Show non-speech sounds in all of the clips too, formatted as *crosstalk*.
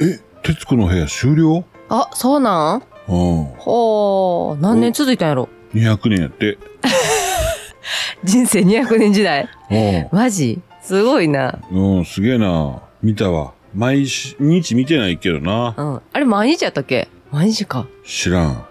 え、徹子の部屋終了あ、そうなんうん。ほう、何年続いたんやろ200年やって。人生200年時代。うマジすごいな。ん。うん、すげえな。見たわ。毎日日見てないけどな。うん。あれ毎日やったっけ毎日か。知らん。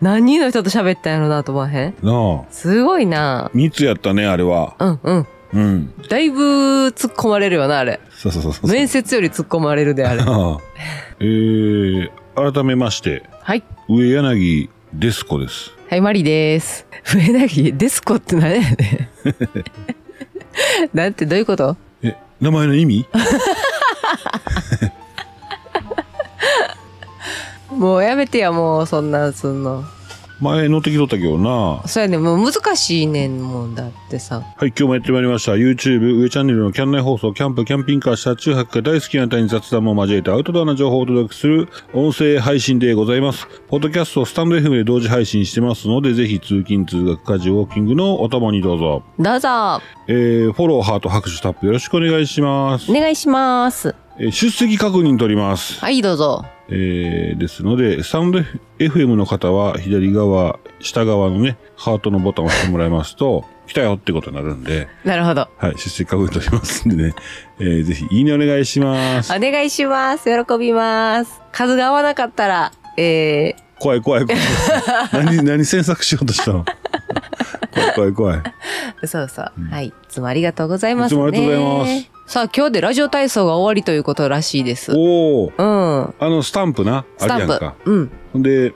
何人の人と喋ったんやろなと思わへんなあ。すごいな。密やったね、あれは。うんうん。うん。だいぶ突っ込まれるよな、あれ。そうそうそうそう。面接より突っ込まれるで *laughs* あれ。ああえー、改めまして、はい。上柳デスコです。はい、マリです。上柳デスコって何やねん。なんてどういうことえ、名前の意 *laughs* 味もうやめてや、もうそんな、そんな。前乗ってきとったけどな。はそうやねん、もう難しいねんもんだってさ。い、今日もやってまいりました。YouTube、上チャンネルのキャン内放送、キャンプ、キャンピングカー、車中泊が大好きな方に雑談も交えてアウトドアな情報をお届けする音声配信でございます。ポッドキャスト、スタンド FM で同時配信してますので、ぜひ通勤、通学、家事、ウォーキングのお供にどうぞ。どうぞ、えー、フォロー、ハート、拍手、タップよろしくお願いしますお。願いします。えー出席確認取ります。はい、どうぞ。えーですので、スタンド FM の方は左側、下側のね、ハートのボタンを押してもらいますと、来たよってことになるんで、なるほど。はい、出席確認取りますんでね、 *laughs* えーぜひ、いいねお願いします。お願いします。喜びます。数が合わなかったら、え怖い怖 *laughs* い怖い。何、何詮索しようとしたの *laughs* 怖い怖い怖い。ー、そうそう、はい。いつもありがとうございます、ね。いつもありがとうございます。さあ、今日でラジオ体操が終わりということらしいです。うん。おー、スあの、スタンプな、あタるやンんか。プ。うん。ほんで、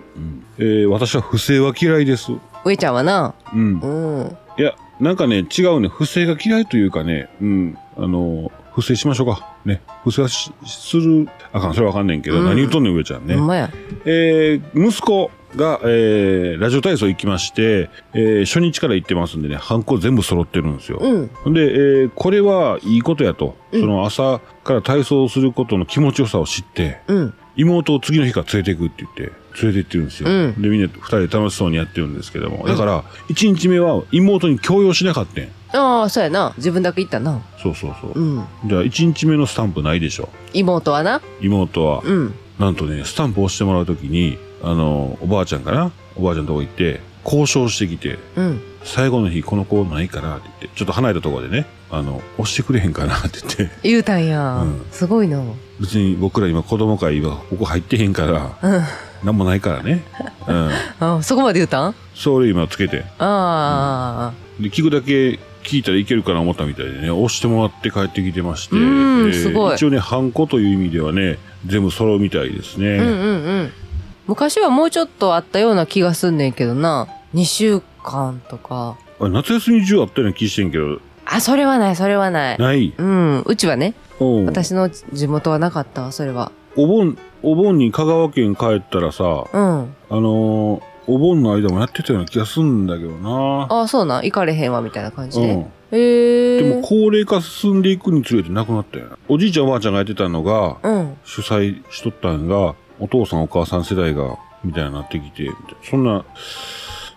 えー私は不正は嫌いです。上ちゃんはな。うんう。ん。いや、なんかね、違うね。不正が嫌いというかね、うん。あの、不正しましょうか。ね。不正はしする、あかん、それはわかんねんけど、うん何言うとんねん、上ちゃんね。ほんまや。えー、息子が、えー、ラジオ体操行きまして、えー、初日から行ってますんでね、ハンコ全部揃ってるんですよ。うん。ほんで、えー、これはいいことやと、その朝から体操をすることの気持ちよさを知って、うん。妹を次の日から連れて行くって言って、連れて行ってるんですよ。うんで、みんな二人で楽しそうにやってるんですけども。んだから、一日目は妹に強要しなかったん。ああ、そうやな。自分だけ言ったな。そうそうそうう。ん。じゃあ、一日目のスタンプないでしょ。妹はな。妹は、うん。なんとね、スタンプ押してもらうときに、あの、おばあちゃんかなおばあちゃんのとこ行って、交渉してきて、うん。最後の日この子ないからって言って、ちょっと離れたところでね、あの、押してくれへんかなって言って、言うたんや。うんすごいな。うん。別に僕ら今子供会はここ入ってへんから、なんもないからね。うん。あそこまで言うたんそれ今つけて。ああ、で聞くだけ聞いたらいけるかな思ったみたいでね押してもらって帰ってきてまして、うんすごい一応ねハンコという意味ではね全部揃うみたいですね、うんうんうん。昔はもうちょっとあったような気がすんねんけどな。2週間とか。あれ夏休み中あったような気してんけどあ、それはない、それはない。ない、うん。うちはね、うん、私の地元はなかったわ、それは。お盆お盆に香川県帰ったらさうん。あのーお盆の間もやってたような気がすんだけどなああ、そうなん。行かれへんわ、みたいな感じうで。ん、へえ。でも高齢化進んでいくにつれてなくなったよなおじいちゃんおばあちゃんがやってたのがうん。主催しとったんが、お父さんお母さん世代が、みたいになってきて、みたいなそんな、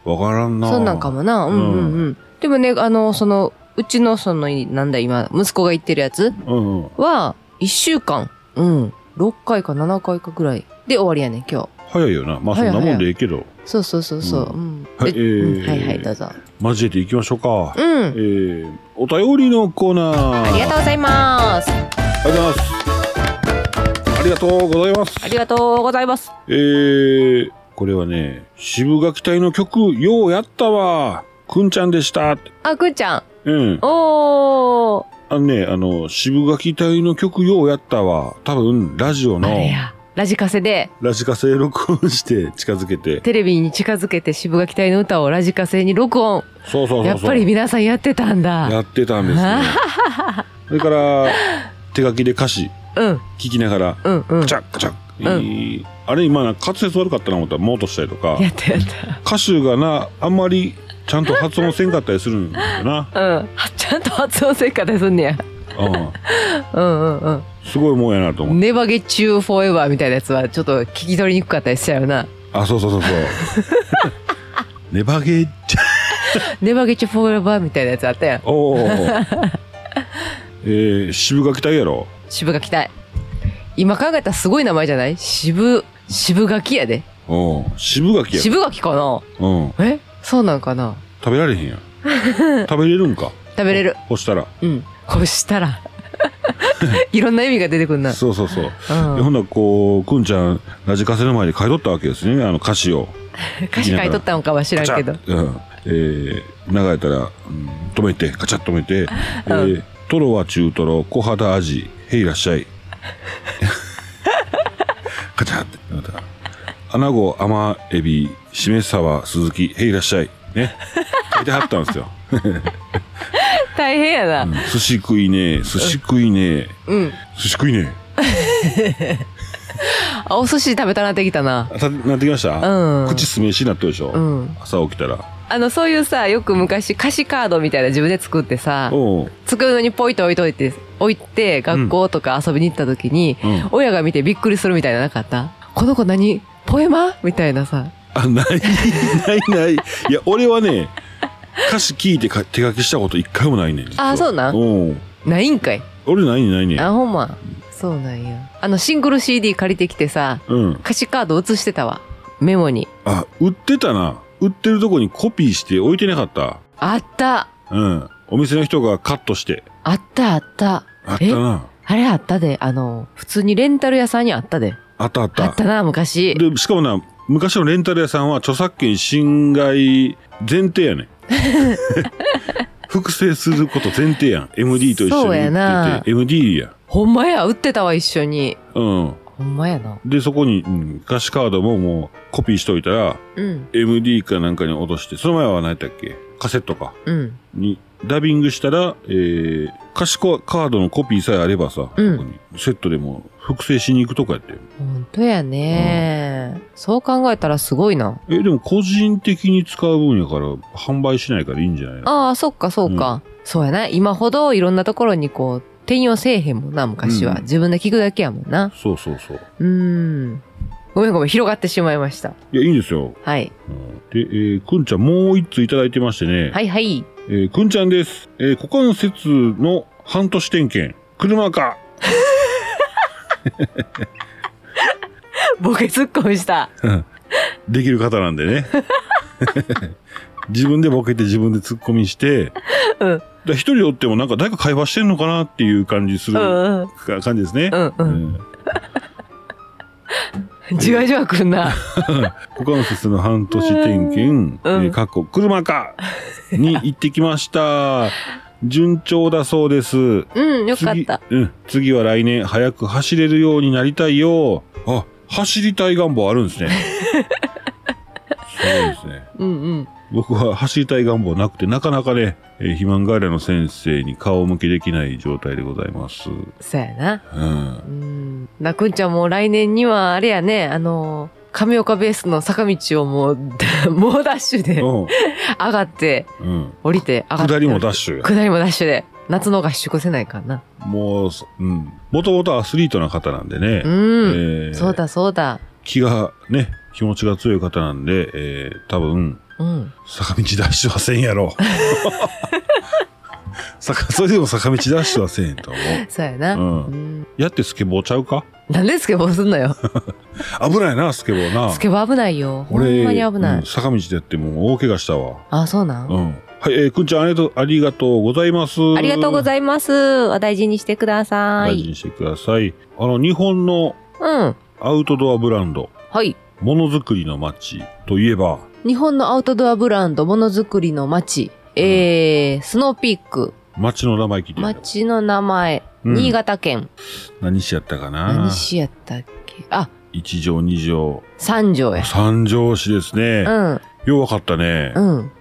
わからんなそんなんか。もな。うんうんうん。でもね、あの、その、うちのその、なんだ今、息子が行ってるやつうんうん。は、1週間。うん。6回か7回かぐらいで終わりやねん、今日。早いよな。まあそん早いなもんでええけど、そうそうそうそう。ううん。はいええーうんはいはい、どうぞ。交えていきましょうか。うえん。ー、お便りのコーナー。ありがとうございます。ありがとうございます。ありがとうございます。ありがとうございます。えー、これはね、渋垣隊の曲、ようやったわ。くんちゃんでした。あ、くーちゃん。うん。おー。あのね、あの、渋垣隊の曲、ようやったわ。多分、ラジオあの、れや。ラジカセでラジカセ録音して *laughs* 近づけて。テレビに近づけて渋垣隊の歌をラジカセに録音。そうそうそうそう。やっぱり皆さんやってたんだ。やってたんです *laughs* ね。それから、手書きで歌詞うん、聞きながら、うん、うんカ。チャッカチャッ。うんいいあれ今な、滑舌悪かったな思ったら、もうとしたりとか、やったやった。歌手がな、あんまりちゃんと発音せんかったりするんだよな。うん。 *laughs* はちゃんと発音成果出すんねや。うん。うんうんうん。すごいもんやなと思って。ネバゲチューフォーエバーみたいなやつはちょっと聞き取りにくかったりしちゃうな。あ、そうそうそう *laughs* そう。ネバゲージャネバゲチューフォーエバーみたいなやつあったやん。おお。えー、渋垣隊やろ。渋が来たい。今考えたらすごい名前じゃない渋、渋柿やで。うん。渋柿や。渋柿かなうん。えそうなんかな食べられへ *laughs* んやん。食べれるんか。食べれる。ほしたら。うん。こうし *laughs* たら。いろんな意味が出てくるな。そうそうそう。うんでほんならこう、くんちゃん、ラジカセの前で買い取ったわけですね。あの歌詞を。歌詞書いとったんかは知らんけどガ。チャッうん。えー、流れたら、うん止めて、ガチャッと止め *laughs* て、えートロは中トロ、小肌アジ、へいらっしゃい。 *laughs* ガチャって、また。アナゴ、アマエビ、しめさば、スズキ、へいらっしゃい。ね。書いてはったん *laughs* ですよ。大変やな。寿司食いねえ、寿司食いねえ、うん。寿司食いねあ、お寿司食べたなってきたな。え。さなってきましたうん口すめしになったでしょ、うん朝起きたら。あの、そういうさ、よく昔歌詞カードみたいな自分で作ってさ、おう机のにポイと置いといて、置いて学校とか遊びに行った時に、うん親が見てびっくりするみたいなのなかったこの子何ポエマみたいなさ。あ、ない、ない、ない。いや、俺はね、歌詞聞いてか手書きしたこと一回もないねん。実はあそうなんうん。ないんかい。俺ないね、ないね。あ、ほんま。そうなんや。あの、シングル CD 借りてきてさ、うん。歌詞カード写してたわ。メモに。あ、売ってたな。売ってるとこにコピーして置いてなかった。あったうん。お店の人がカットして。あったあった。あったえな。あれあったで。あの、普通にレンタル屋さんにあったで。あったあった。あったな、昔。で、しかもな、昔のレンタル屋さんは著作権侵害前提 *laughs* やねん。複製すること前提やん。MD と一緒に売ってて。そうやな MD やん。ほんまや、売ってたわ、一緒に。うん。ほんまやな。で、そこに、うん、歌詞カードももうコピーしといたら、うん、 MD かなんかに落として、その前は何やったっけカセットか。うん、に、ダビングしたら、えー、歌詞カードのコピーさえあればさ、うんここにセットでも複製しに行くとかやって。ほんとやね、そう考えたらすごいな。え、でも個人的に使う分やから、販売しないからいいんじゃないのああ、そっか、そうか。そうやな。今ほどいろんなところにこう、転用せえへんもんな、昔は。うん自分で聞くだけやもんな。そうそうそう。うーん。ごめんごめん、広がってしまいました。いや、いいんですよ。はい。うんで、えー、くんちゃんもう一通いただいてましてね。はいはい。えー、くんちゃんです。えー、股関節の半年点検。車か。ボケツッコミした。できる方なんでね。 *laughs* 自分でボケて自分で突っ込みして、うんだから一人おってもなんか誰か会話してんのかなっていう感じすうるかんうん。感じですねう。んう。うんんじわじわくんな。股関節の半年点検、えうんーかっこ車かに行ってきました。順調だそうです。うん、よかった。次うん。次は来年早く走れるようになりたいよ。あ、走りたい願望あるんですね。 *laughs* そうですね。うんうん。僕は走りたい願望なくて、なかなかね、えー肥満外来の先生に顔向けできない状態でございます。うそうやな。ん。うん。なくんちゃんも来年には、あれやね、あの、亀岡ベースの坂道をもう、 *laughs* 猛ダッシュでうん。上がって、うん。降りて、上がって。下りもダッシュや。下りもダッシュで。夏の合宿せないかな。もうそ、うん。もともとアスリートな方なんでね。うん。えーそうだそうだ。気がね、気持ちが強い方なんで、えー多分、うん。坂道ダッシュはせんや *laughs* ろ。坂、それでも坂道ダッシュはせんと思そうや *laughs* な。う。うん。ん。やってスケボーちゃうかなんでスケボーすんのよ。危ないな、スケボーな。スケボー危ないよ。ほ俺んまに危なうんい。坂道でやってもう大怪我したわ。あ、そうなんうん。はい、えー、くんちゃんありがとう、ありがとうございます。ありがとうございます。お大事にしてくださ大事い。にしてください。あの、日本のうん。アウトドアブランド、はい。ものづくりの街といえば、日本のアウトドアブランド、ものづくりの街、えー、スノーピーク、街の名前聞いてみよう街の名前、うん新潟県。何市やったかな何市やったっけあ、一条二条。三条や。三条市ですね。うん、ようわかったね。うん、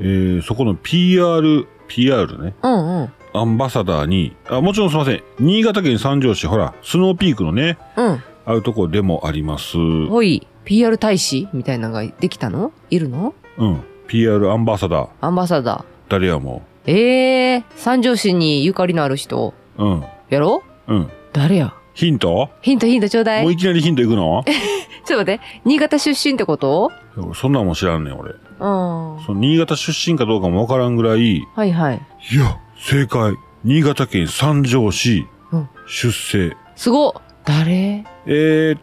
えー、そこの PR、PR ね。うん、うん、アンバサダーに、あ、もちろんすいません。新潟県三条市、ほら、スノーピークのね、うあるとこでもあります。ん。ほい、PR 大使みたいなのができたのいるのうん。PR アンバサダー。アンバサダ誰やもー。えー、三条市にゆかりのある人、う。うん。やろうん。誰やヒントヒントヒントちょうだい。もうちょいきなりヒントいくのっと待って、新潟出身ってこと俺そんなんも知らんねん、俺。うん。はその新潟出身かどうかもわからんぐらい、いいはい。や、正解。新潟県三条市、うん出生。すごっ誰えー、っ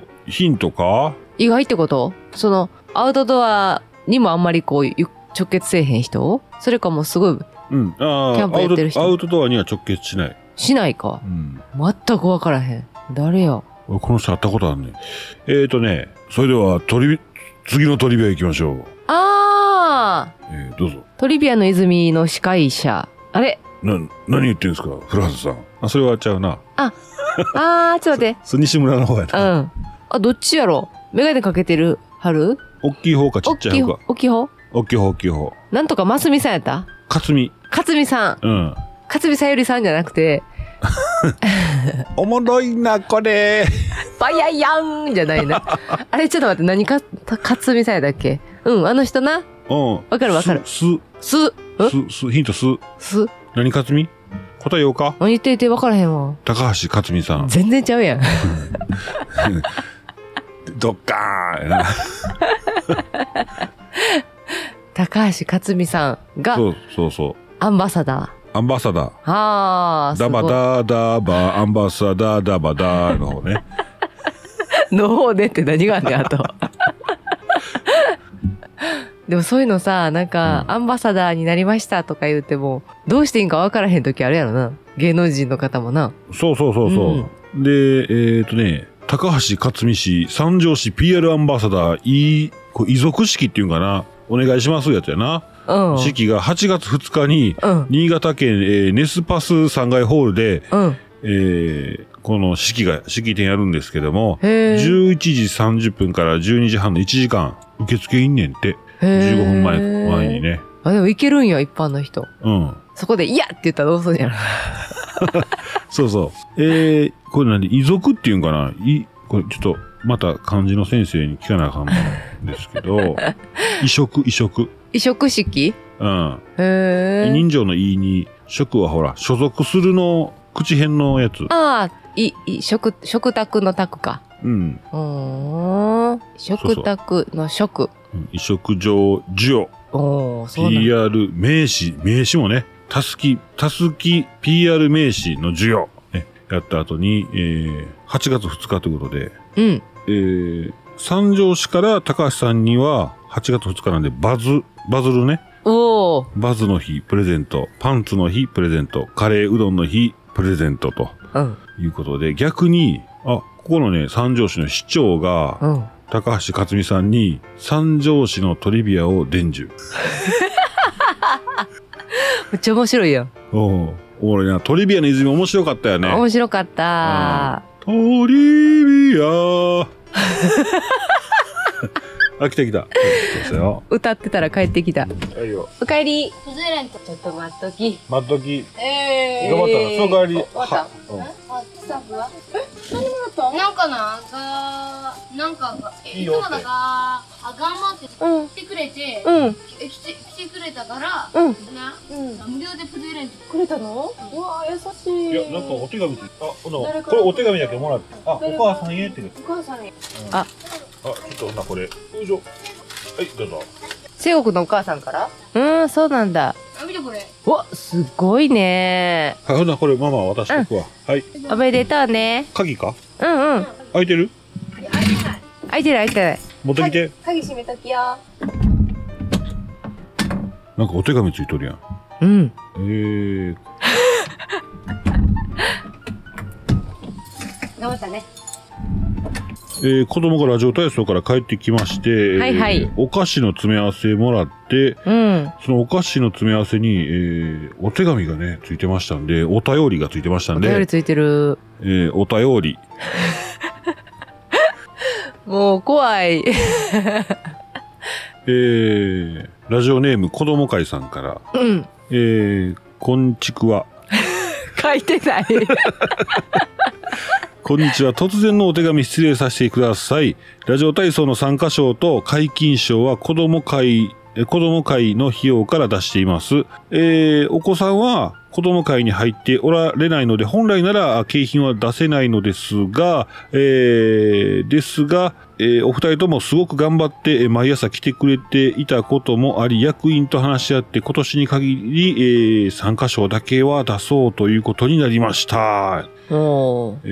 と、ヒントか意外ってことその、アウトドアにもあんまりこう、ゆ直結せえへん人それかもうすごい、うん。あーキャンプやってる人アウトアウトドアには直結しない。しないかう。ん。全くわからへん。誰や俺この人会ったことあるね。えー、っとね、それでは、トリビ、次のトリビア行きましょう。あーえー、どうぞ。トリビアの泉の司会者。*laughs* あれな、何言ってんですか古畑さん。あ、それはちゃうな。あー、ちょっと待って。そ西村の方やうん。な。あ、どっちやろメガネかけてる春大きい方かちおっっちきゃいい方方か。。おっきい方大きい方、大きい方。なんとかますみさんやったかつみ。かつみさん。うん。かつみさんよりさんじゃなくて、おもろいな、これ。バヤヤンじゃな *laughs* いな。あれ、ちょっと待って、何か、たかつみさんやったっけうん、あの人な。うん。わかるわかる。す、す、んす、す、ヒントす。す、何かつみ答えようか何言っていてわからへんわ。高橋克実さん。全然ちゃうやん。 *laughs* ドッカーンやな高橋克実さん *laughs* がそうそうそアンバサダう。アンバサダー。ー。あー、すダごバい。ダーダーバー、アンバサダーダバダーの方ね。の方でって何があんねん、あと。 *laughs* でもそういうのさ、なんか、うんアンバサダーになりましたとか言っても、どうしていいんかわからへん時あるやろな。芸能人の方もな。そうそうそうそう。で、えっ、とね、高橋克実氏、三条市 PR アンバサダー、いい、こう遺族式っていうんかな。お願いしますやつやな。うん。式が8月2日に、うん。新潟県、えーネスパス3階ホールで、うん。えーこの式が、式典やるんですけども、へー11時30分から12時半の1時間、受付いんねんって。へー15分前前にね。あ、でもいけるんや、一般の人。うん。そこで、いやって言ったらどうすんやろ。そうそう。えー、これなんで、遺族っていうんかない、これちょっと、また漢字の先生に聞かなあかんんですけ *laughs* ど、移植、移植。移植式うん。へ委ー任状のいに、職はほら、所属するの、口辺のやつ。ああ、い、い、食、食卓の卓か。うん。うーん。食卓のう食。ん移植上、授与。おー、そうなんだ。 PR 名詞、名詞もね、たすき、たすき PR 名詞の授与、ね、やった後に、えー8月2日ということで、うん。えー三条市から高橋さんには、8月2日なんで、バズ、バズるね。おー。バズの日、プレゼント。パンツの日、プレゼント。カレーうどんの日、プレゼント。とうん。いうことで、逆に、あ、ここのね、三条市の市長が、うん。高橋克実さんに、三条市のトリビアを伝授。めっちゃ面白いやん。おうおもろいな。トリビアの泉面白かったよね。面白かった。トリビア *laughs* あ、来た来た。そうですよ。歌ってたら帰ってきた。はいよ。おかえり。崩れんとちょっと待っとき待っとき。え頑張ったな。その代わり。終わったはあスタッフはえ何もらったなんかながなんかがえいいいつよもってだからあ頑張ってうん。来てくれて、うん。き来て来てくれたから、うんなうん。無料でプレゼントくれたのうわ優しうんい。いや、なんかお手紙。あ、ほ誰な、かこれお手紙だけもらって。あ、誰おか母さんへって。お母さんにあ、あ、ちょっとほな、これ。よいしょ。はい、どうぞ。中国のお母さんからうん、そうなんだ。あ見てこれうわ、すごいね。あ、ほな、これママ渡してくわ。はい。おめでとうね。鍵かうんうん。開いてるいや開いてない開いてない開いてない。持ってきて。鍵閉めときよなんかお手紙ついとるやん。うん。えー、頑張ったねえー子供がラジオ体操から帰ってきまして、はいはいえーお菓子の詰め合わせもらって、うん。そのお菓子の詰め合わせに、えーお手紙がね、ついてましたんで、お便りがついてましたんお便りで、ついてる。えーお便り。もう怖い。 *laughs* えーラジオネーム子供会さんから、うん。えーこんちくわ。書いて *laughs* ない。こんにちは。突然のお手紙失礼させてください。ラジオ体操の参加賞と解禁賞は子供会、え子供会の費用から出しています。えーお子さんは子供会に入っておられないので、本来なら景品は出せないのですが、えー、ですが、えーお二人ともすごく頑張って、えー毎朝来てくれていたこともあり、役員と話し合って、今年に限り、えー、参加賞だけは出そうということになりました。おーえ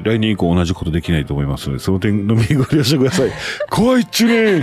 ー、来年以降同じことできないと思いますので、その点のみご了承ください。 *laughs* 怖いっちゅうねん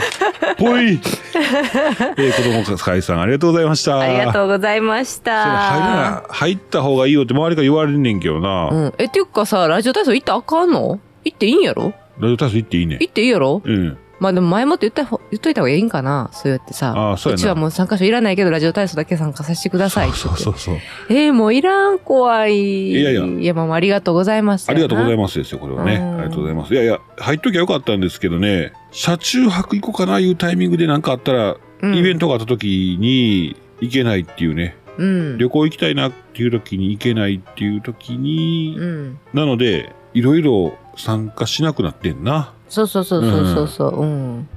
ぽい *laughs* えー、子供会さん、ありがとうございました。ありがとうございましそれ入らた。な入った方がいいよって周りから言われんねんけどな。うん。え、っていうかさ、ラジオ体操行ったらあかんの行っていいんやろラジオ体操行っていいね。行っていいやろうん。まあでも前もって言ったほ言っといた方がいいんかなそうやってさ。ああ、そうやな。ちはもう参加者いらないけど、ラジオ体操だけ参加させてくださいってそうそうそうそう。えー、もういらん、怖い。いやいやいや、まあまあありがとうございます。ありがとうございまますですよ、これはね。うんありがとうございます。いやいや、入っときゃよかったんですけどね、車中泊行こうかないうタイミングでなんかあったら、す。うん、イベントがあった時に行けないっていうね、うん。旅行行きたいなっていう時に行けないっていう時に、うん。なので、いろいろ参加しなくなってんな。そうそうそうそうそうそう。うん。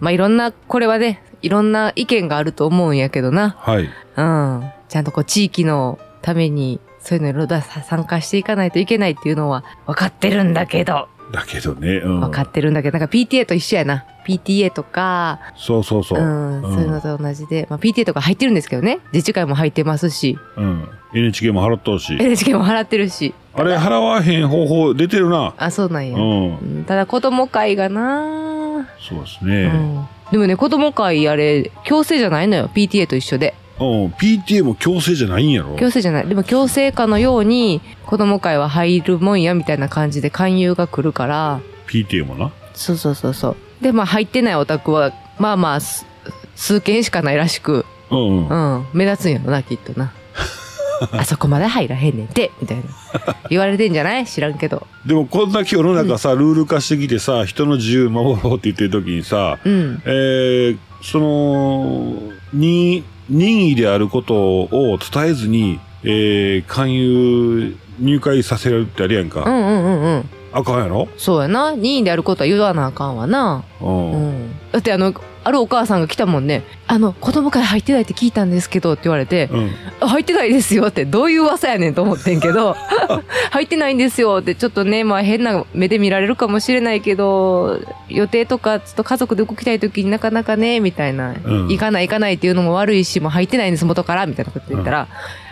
まあいろんな、これはね、いろんな意見があると思うんやけどな。はい。うん。ちゃんとこう地域のために、そういうのいろいろだ参加していかないといけないっていうのは分かってるんだけど、だけどね、うん分かってるんだけど、なんか PTA と一緒やな。PTA とか、そうそうそうう。ん、うんそういうのと同じで、まあ PTA とか入ってるんですけどね。自治会も入ってますし、うん。NHK も払っとうし。 NHK も払ってるし。あれ、払わへん方法出てるな。あ、そうなんうや。ん。うんただ子供会がな、そうですうね。ん、でもね、子供会あれ、強制じゃないのよ。PTA と一緒で。うん。PTA も強制じゃないんやろ。強制じゃない。でも強制化のように、子供会は入るもんや、みたいな感じで勧誘が来るから、 PTA もな。そうそうそうそう。で、まあ入ってないオタクは、まあまあ、す数件しかないらしく、うんうんう。ん、目立つんやろな、きっと *laughs* な。あそこまで入らへんねんて、みたいな。言われてんじゃない知らんけど。でもこんだけ世の中さ、ルール化してきてさ、人の自由守ろうって言ってる時にさ、うん。えー、その、に、任意であることを伝えずに、えー、勧誘、入会させられるってあれやんうか。んうんうんうん。あかんやろそうやな。任意であることは言わなあかんわな。うん。うん。だってあの、あるお母さんが来たもんね。あの、子供から入ってないって聞いたんですけどって言われて、うん。あ入ってないですよってどういう噂やねんと思ってん *laughs* けど入ってないんですよってちょっとねまあ変な目で見られるかもしれないけど予定とかちょっと家族で動きたい時になかなかねみたいな、うん行かない行かないっていうのも悪いしもう入ってないんです元からみたいなこと言ったら、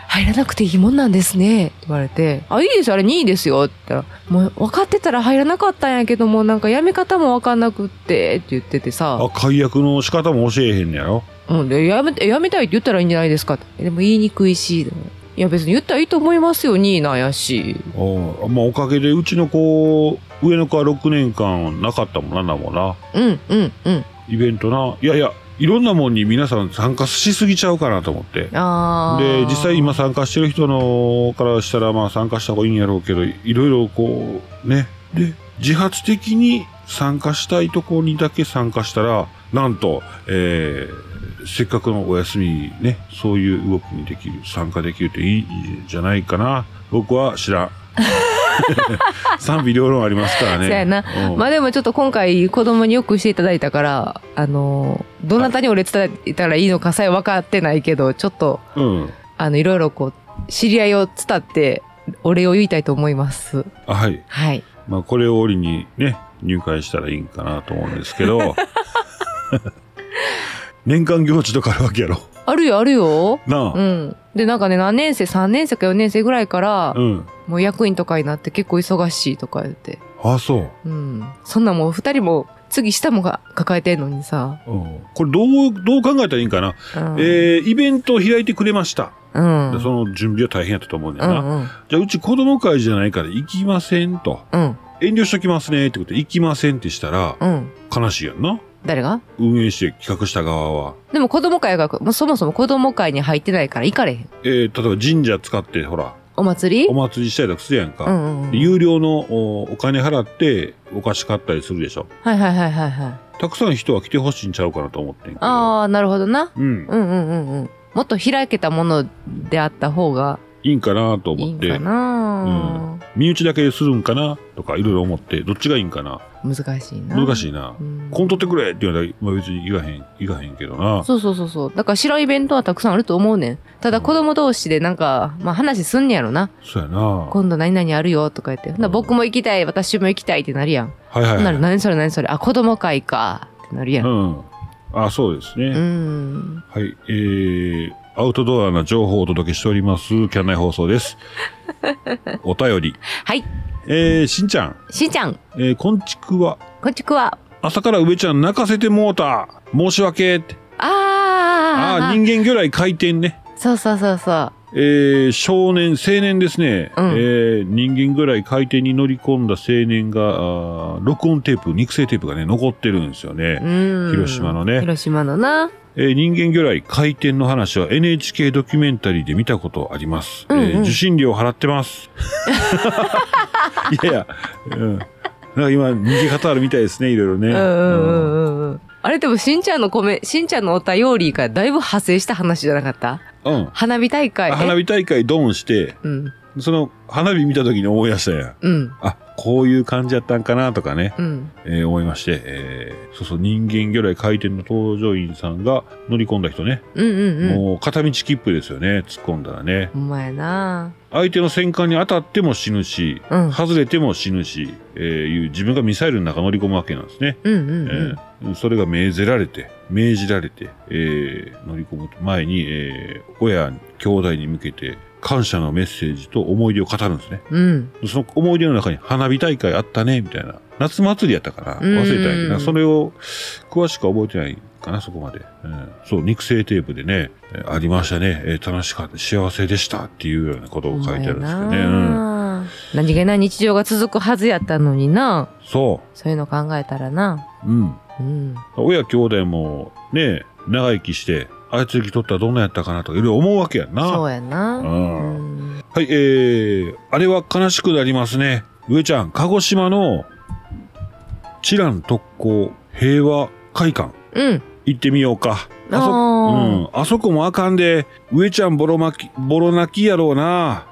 入らなくていいもんなんですねって言われて「あいいですよあれ2位ですよ」って言ったら「もう分かってたら入らなかったんやけどもなんかやめ方も分かんなくって」って言っててさあ、解約の仕方も教えへんねやろうん、でやめてやめたいって言ったらいいんじゃないですかってでも言いにくいしでもいや別に言ったらいいと思いますよニーナやしおまあ、おかげでうちの子上の子は6年間なかったもんななんもなうんうんうんイベントないやいやいろんなもんに皆さん参加しすぎちゃうかなと思ってあーで実際今参加してる人のからしたらまあ参加した方がいいんやろうけどいろいろこうねで自発的に参加したいところにだけ参加したらなんと、えーせっかくのお休みにねそういう動きにできる参加できるといいんじゃないかな僕は知 *laughs* らん賛否両論ありますからねそうやなうんまあでもちょっと今回子供によくしていただいたからあのどなたに俺伝えたらいいのかさえ分かってないけどちょっとうんあのいろいろこう知り合いを伝ってお礼を言いたいと思いますあはいはいまあこれを折にね、入会したらいいんかなと思うんですけ *laughs* ど、年間行事とかあるわけやろ。あるよあるよなうあ。んでなんかね何年生3年生か4年生ぐらいから、うん。もう役員とかになって結構忙しいとか言って。ああ、そう。うん。そんなもう二人も次下もが抱えてんのにさ。うん、これどう、どう考えたらいいんかな。うん。えー、イベントを開いてくれました。うん。でその準備は大変やったと思うんだうよな。んうん。じゃあうち子供会じゃないから行きませんと。うん。遠慮しときますねってことで行きませんってしたらうん。悲しいやんな。誰が運営して企画した側は。でも子供会が、もうそもそも子供会に入ってないから行かれへん。えー、例えば神社使ってほら、お祭りお祭りしたりとかするやんか。うんうんうん。はい有料のおお金払ってお菓子買ったりするでしょ。はいはいはいはい。たくさん人は来てほしいんちゃうかなと思ってんけど。ああ、なるほどな。うん。うんうんうんうん。もっと開けたものであった方がいいんかなといい思っんて。かな、身内だけでするんかなとかいろいろ思って、どっちがいいんかな。難しいな難い、しいなう。んコントってくれって言われたら、まあ、別に言わへん、言わへんけどな。そうそうそうそうだから白い弁当はたくさんあると思うねんただ子供同士でなんか、まあ、話すんねやろなそうやな。は今度何々あるよとか言ってほな僕も行きたい私も行きたいってなるやん、いはい、ほんなはらい。何それ何それあ子供会かってなるやんうん。あ、そうですね。うんはい、えー、アウトドアな情報をお届けしております、キャンナイ放送です。 *laughs* お便り。はいえー、しんちゃん、しんちゃんえー、こんちくわ。こんちくわ朝から上ちゃん泣かせてもうた。申し訳って。あああーー、人間魚雷回転ね。そうそうそうそうえー、少年、青年ですね。うんえー、人間ぐらい回転に乗り込んだ青年が、あー録音テープ、肉声テープがね、残ってるんですよね。うん広島のね広島のなえー人間魚雷回転の話は NHK ドキュメンタリーで見たことあります。うんうんえー受信料払って *laughs* ます。いやいや、うん、なんか今逃げ方あるみたいですね、いろいろね。うんうんううんんうんうんあれでもしんちゃんの米しんちゃんのお便りからだいぶ派生した話じゃなかったうん花火大会あ花火火大会ドンして、うんその花火見た時に思い出したやん。うんあ、こういう感じやったんかなとかね、うんえー思いまして、えーそうそう、人間魚雷回転の搭乗員さんが乗り込んだ人ね、うんうんうんもう片道切符ですよね、突っ込んだらね。ほんまやな相手の戦艦に当たっても死ぬし、うん外れても死ぬし、えーいう自分がミサイルの中乗り込むわけなんですね。うんうんうんえーそれが命ぜられて、命じられて、えー乗り込む前に、えー親、兄弟に向けて感謝のメッセージと思い出を語るんですね。うんその思い出の中に花火大会あったね、みたいな。夏祭りやったかなうん忘れたんやけどな。それを詳しくは覚えてないかな、そこまで。うん、そう、肉声テープでね、えーありましたね、えー楽しかった、幸せでしたっていうようなことを書いてあるんですけどね。ほうんんまやな何気ない日常が続くはずやったのになそそういうの考えたらなう。うん。うん親兄弟もね、長生きして、あいつ生きとったらどんなんやったかなとか、いろいろ思うわけやんな。そうやなうんうんはい、えー、あれは悲しくなりますね。上ちゃん、鹿児島の、知覧特攻平和会館、うん行ってみようか。あそ、あーうん、あそこもあかんで、上ちゃんボロ巻き、ボロ泣きやろうな。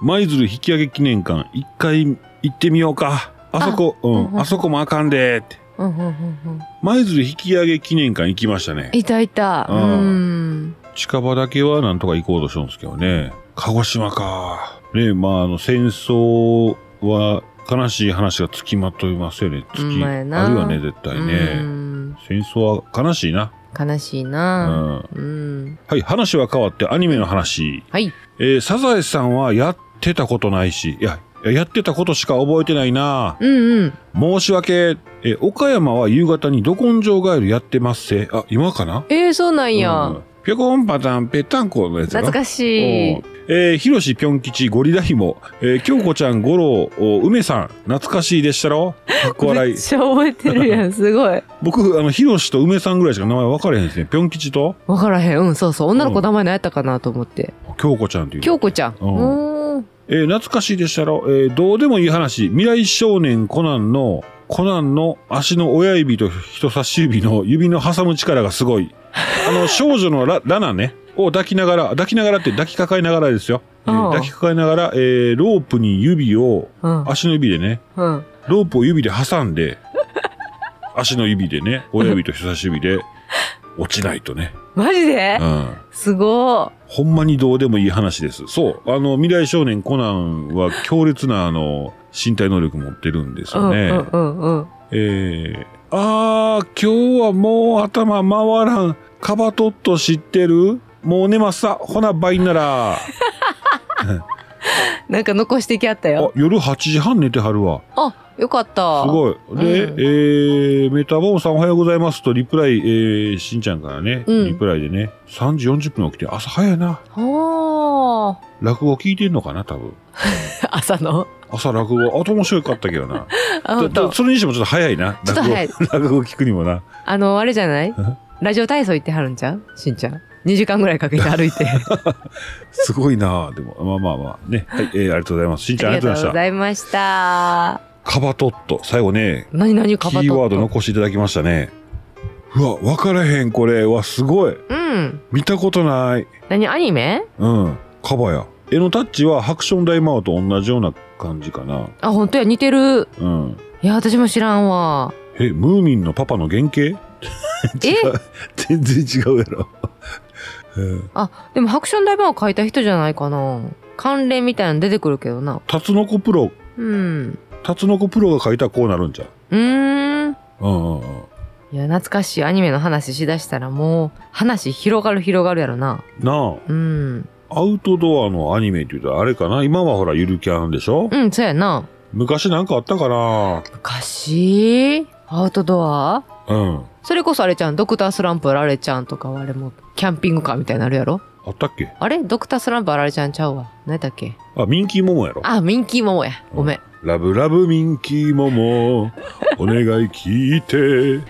舞鶴引き上げ記念館、一回行ってみようか。あそこ、うんううんん、あそこもあかんで、って。うんうんうんうん舞鶴引き上げ記念館行きましたね。いたいたううん近場だけはなんとか行こうとしたんですけどね。鹿児島か。ねえまあ、あの、戦争は悲しい話がつきまといますよね。つき、ほんまやなあるよね、絶対うね。ん戦争は悲しいな。。悲しいうなんうんはい、話は変わってアニメの話。はいえー、サザエさんはやってたことないし、いや、いややってたことしか覚えてないな。うんうん申し訳。えー、岡山は夕方にど根性ガエルやってますせ。あ、今かなえーそうなんうやんピョコンパタンぺったんこのやつやろ懐かしいえー、ひろしぴょん吉ゴリラひも、えー、京子ちゃん五郎お梅さん懐かしいでしたろかっこ笑 *laughs* めいっちゃ覚えてる *laughs* やんすごい僕あのひろしと梅さんぐらいしか名前分かれへんですねぴょん吉とわからへんうんそうそう女の子名前何やったかなと思って京子ちゃんという、京子ちゃんうんおーえー、懐かしいでしたろ、えー、どうでもいい話未来少年コナンのコナンの足の親指と人差し指の指の挟む力がすごいあ *laughs* の少女のララナねを抱きながら抱きながらって抱きかかえながらですよ、えーああ抱きかかえながら、えー、ロープに指をうん足の指でねうんロープを指で挟んで、足の指でね、親指と人差し指で落ちないとね。マジでうん。すごほんまにどうでもいい話です。そう。あの、未来少年コナンは強烈な、あの、身体能力持ってるんですいうんよね。うんうんうんえー、あー、今日はもう頭回らん。カバトット知ってるもう寝まっさ。ほな、バイなら。なんか残してきあったあよ、夜8時半寝てはるわ。あよかったすごい。で、うんえー、メタボンさんおはようございますとリプライ、えー、しんちゃんからね、うんリプライでね、3時40分起きて朝早いな。はあ落語聞いてんのかな、多分。朝の朝落語、あと面白かったけどな。 *laughs* あ本当だそれにしてもちょっと早いな。ちょっと早い落語 *laughs* 落語聞くにもな。あのあれじゃないラジオ体操行ってはるんちゃうしんちゃん2時間ぐらいかけて歩 *laughs* いてあすごいなでも、まあまあまあ。ね。はい、えー、ありがとうございます。しんちゃんありりががととううごございまざいましたした。カバトット。最後ね、何何カキバトーワードの残していただきましたね。うわ、わからへん、これ。うわ、すごい。うん見たことない。何アニメうん、カバや。絵のタッチはハクション大魔王と同じような感じかな。あ本当や似てるうん。いや、私も知らん *laughs* わ。え、ムーミンのパパの原型え *laughs* 全然違うや *laughs* ろ。うんあ、でもハクション大魔王書いた人じゃないかな。関連みたいなの出てくるけどな。タツノコプロ、うん。タツノコプロが書いたらこうなるんじゃう。うーん。うんうんうん。いや、懐かしいアニメの話しだしたらもう、話広がる広がるやろな。なうん。あ、アウトドアのアニメって言うとあれかな今はほらゆるキャンでしょうん、そうやな。昔なんかあったかな昔アウトドアうん。それこそあれちゃん、ドクタースランプあられちゃんとかはあれも、キャンピングカーみたいになるやろあったっけあれドクタースランプあられちゃんちゃうわ。何やったっけあ、ミンキーモモやろあ、ミンキーモモや。ご *laughs* めん。ラブラブミンキーモモ、お願い聞いて。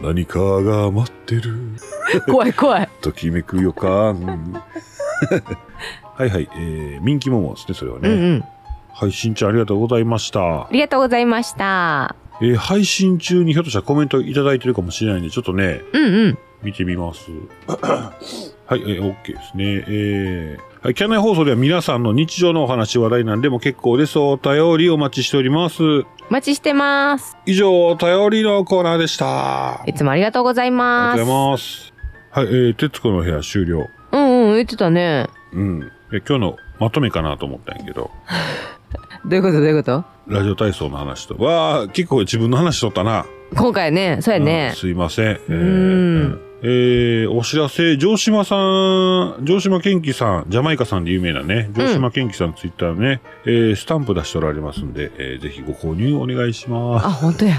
何かが待ってる。怖い怖い。ときめく予感。はいはい、えー、ミンキーモモですね、それはうね。んうん。配信中ありがとうございましたあ。りがとうございました。えー、配信中にひょっとしたらコメントいただいてるかもしれないんで、ちょっとね、うんうん。見てみ *clears throat* ます。はい、えー、OK ですね。えーはい、キャンナイ放送では皆さんの日常のお話、話題なんでも結構です。お便りお待ちしております。お待ちしてます。以上、お便りのコーナーでした。ありいつもありがとうございがまとす。うございます。はい、えー、徹子の部屋終了。うんうん、言ってたね。うん。え今日のまとめかなと思ったんやけど、どういうことどういうことラジオ体操の話と。わあ、結構自分の話しとったな。今回ね、そうやうねん。すいません。えーうんえーお知らせ、城島さん、城島健貴さん、ジャマイカさんで有名なね、城島健貴さんツイッターね、えースタンプ出しておられますんで、えーぜひご購入お願いします。あ、本当や。い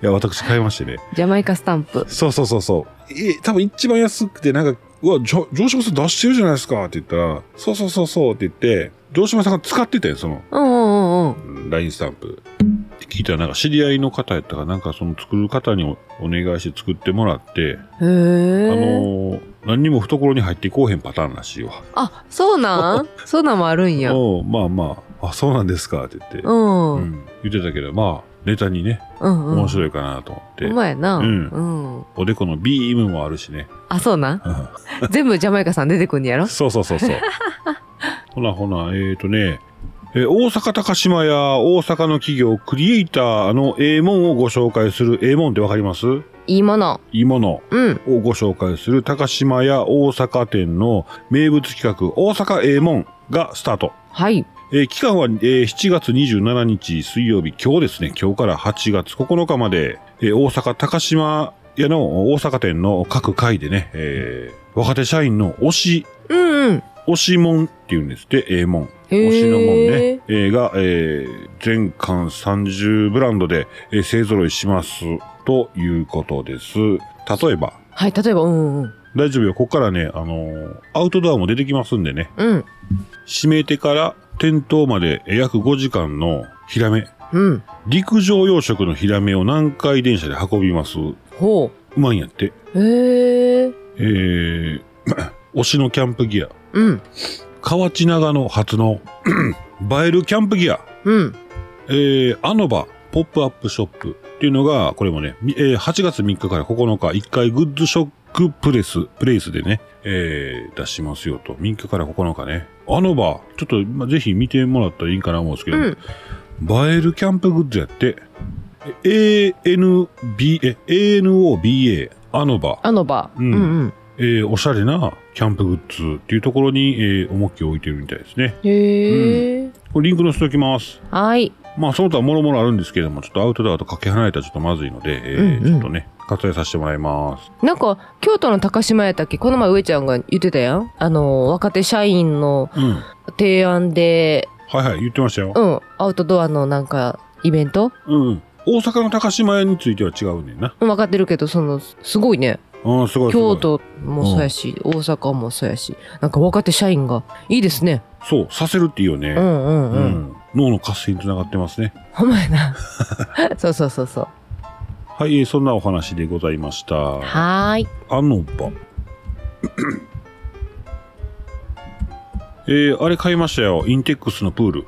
や、私買いましてね。ジャマイカスタンプ。そうそうそうそう。えー、多分一番安くて、なんか、うわ、じゃ城島さん出してるじゃないですかって言ったら、そうそうそうそうって言って、城島さんが使ってたよ、その、うんうんうんうん。うん LINE スタンプ。って聞いたら、なんか知り合いの方やったから、なんかその作る方におお願いして作ってもらって、へえ。あのー何にも懐に入ってこうへんパターンらしいわ。あ、そうなんそうなんもあるんや。うん。おうまあまあ、あ、そうなんですかって言って、ううんうん。ん言ってたけど、まあ、ネタにね、うん面白いかなと思って、ほんまやな。ううんん。おでこのビームもあるしね。あ、そうなん全部ジャマイカさん出てくんねやろそうそうそうそう。ほなほな、えーとね、えー大阪高島や大阪の企業クリエイターのええもんをご紹介する、ええもんってわかりますいいもの。いいもの。うん。をご紹介する高島屋大阪店の名物企画大阪ええもんがスタート。はい。えー期間は、えー7月27日水曜日、今日ですね、今日から8月9日まで、えー大阪高島屋の大阪店の各会でね、えー若手社員の推し、うんうん。推しもんっていうんですって、ええもん。へ推しのもんねえ。、えーが、えー全巻30ブランドで、えー勢揃いしますということです。例えば、はい、例えば、うんうん。大丈夫よ。ここからね、あのーアウトドアも出てきますんでね。うん。閉めてから店頭まで約5時間のヒラメ。うん。陸上養殖のヒラメを南海電車で運びます。うほまいんやって。う。へえ。えー、 *clears throat* 推しのキャンプギア。うん。河内長野初の *clears throat* 映えるキャンプギア。うん。えー、アノバポップアップショップっていうのが、これもね、みえー8月3日から9日、1回グッズショックプレス、プレイスでね、えー出しますよと。3日から9日ね。アノバ、ちょっと、まあ、ぜひ見てもらったらいいかな思うんですけど、うん。映えるキャンプグッズやって、え ANB、え、ANOBA、アノバ、あの場。ううんんうん。えーおしゃれなキャンプグッズっていうところに、えー重きを置いてるみたいですね。へえ。これリンク載せておきます。はい。まあ、その他もろもろあるんですけれども、ちょっとアウトドアとかけ離れたらちょっとまずいので、えーうんうんちょっとね、割愛させてもらいます。なんか、京都の高島やったっけこの前、上ちゃんが言ってたやんあの、若手社員のうん。は提案で、いはい、言ってましたよう。ん、アウトドアのなんか、イベントうん。大阪の高島屋については違うねんな。うん、分かってるけど、その、すごいね。うん、すごいすごい。京。都もそうやし、大阪もそうやし、なんか若手社員が、いいですね。そう、させるっていいようね。んうんううん。ん脳の活性につながってますね。ほんま *laughs* やな。そうそうそうそう。はい、えーそんなお話でございました。はーい。アノバ。えー、あれ買いましたよ。インテックスのプール。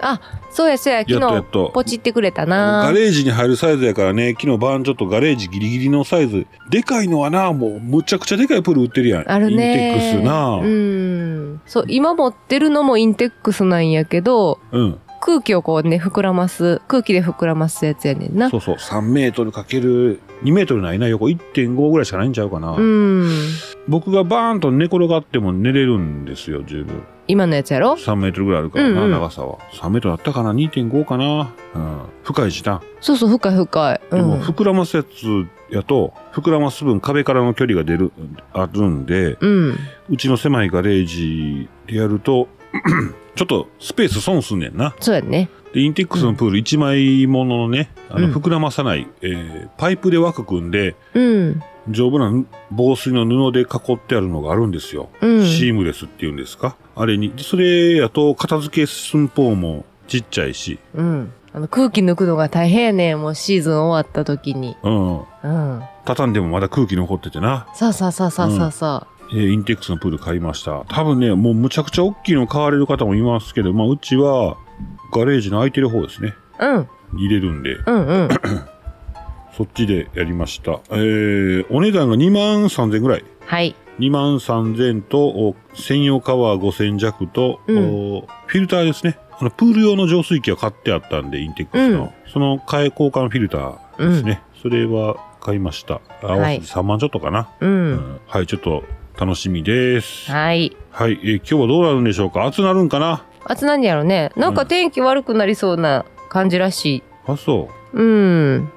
あ、そうやそうや、や昨っとやっ日、と。ポチってくれたガな。レージに入るサイズやからね、昨日晩ちょっとガレージギリギリのサイズ。でかいのはな、もうむちゃくちゃでかいプール売ってるやん。あるねインテックスな。うん。そう、今持ってるのもインテックスなんやけど、うん。空気をこうね、膨らます、空気で膨らますやつやねんな。そうそう、3メートルかける2メートルないな、横1.5ぐらいしかないんちゃうかな。うん。僕がバーンと寝転がっても寝れるんですよ、十分。今のやつやろ3メートルぐらいあるからな、うんうん長さは。3メートルあったかな ?2.5 かなうん。深いしな。そうそう、深い深い。うでん。も、膨らますやつやと、膨らます分壁からの距離が出る、あるんで、うん。うちの狭いガレージでやると、 *clears throat* ちょっとスペース損すんねんな。そうやね。で、インテックスのプール1枚もののね、あうんの、膨らまさない、えーパイプで枠組んで、うん。丈夫な防水の布で囲ってあるのがあるんですよ。うん。シームレスっていうんですかあれに。それやと片付け寸法もちっちゃいし。うん。あの空気抜くのが大変やねんもうシーズン終わった時に。うん。うん。畳んでもまだ空気残っててな。さあさあさあさあさあさあ。えーインテックスのプール買いました。多分ね、もうむちゃくちゃ大きいの買われる方もいますけど、まあうちはガレージの空いてる方ですね。うん。入れるんで、うんうん。そっちでやりました。えー、お値段が2万3000ぐらい。はい。 2万3000と、お専用カバー5000弱と、うんおフィルターですね。あの、プール用の浄水器は買ってあったんで、インテックスの。その替え交換フィルターですね。それは買いました。合わせて3万ちょっとかな。う。うんんはい、ちょっと楽しみです。はい。はい、えー今日はどうなるんでしょうか暑なるんかなあつなんやろね。なんかうん天気悪くなりそうな感じらしい。あ、そう。うん。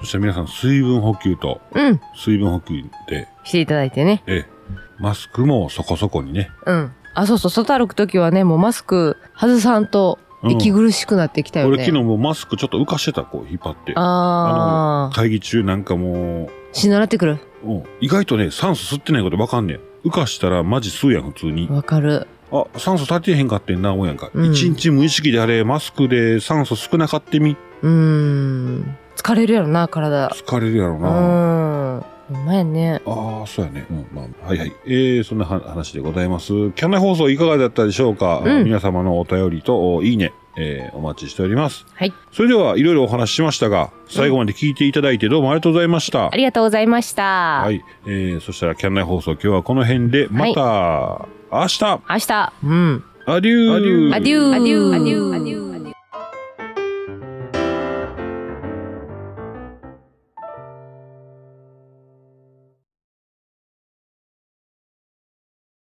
そして皆さん、水分補給と、うん。水分補給で、していただいてね。えーマスクもそこそこにね。うん。あ、そうそう。外歩く時はね、もうマスク外さんとうん息苦しくなってきたよね。俺昨日もうマスクちょっと浮かしてた、こう引っ張って。ああ。会議中なんかもう、しならってくる。うん、意外とね酸素吸ってないことわかんねん浮かしたらマジ吸うやん普通にわかる。あ酸素足りてへんかってんな思うやんか、うん一日無意識であれマスクで酸素少なかってみうーん。疲れるやろな、体。疲れるやろうな、あん。ほんまやね。あーそうやね、うんまあ、はいはいえー、そんなは話でございますキャンナイ放送いかがだったでしょうか、うん皆様のお便りとおいいね、えーお待ちしておりますはい。それではいろいろお話ししましたが最後まで聞いていただいてどうもありがとうございました、ありがとうございました。はい、えー、そしたらキャンナイ放送今日はこの辺でまた、明日明日。うん。 Adieu. Adieu. Adieu. Adieu. Adieu.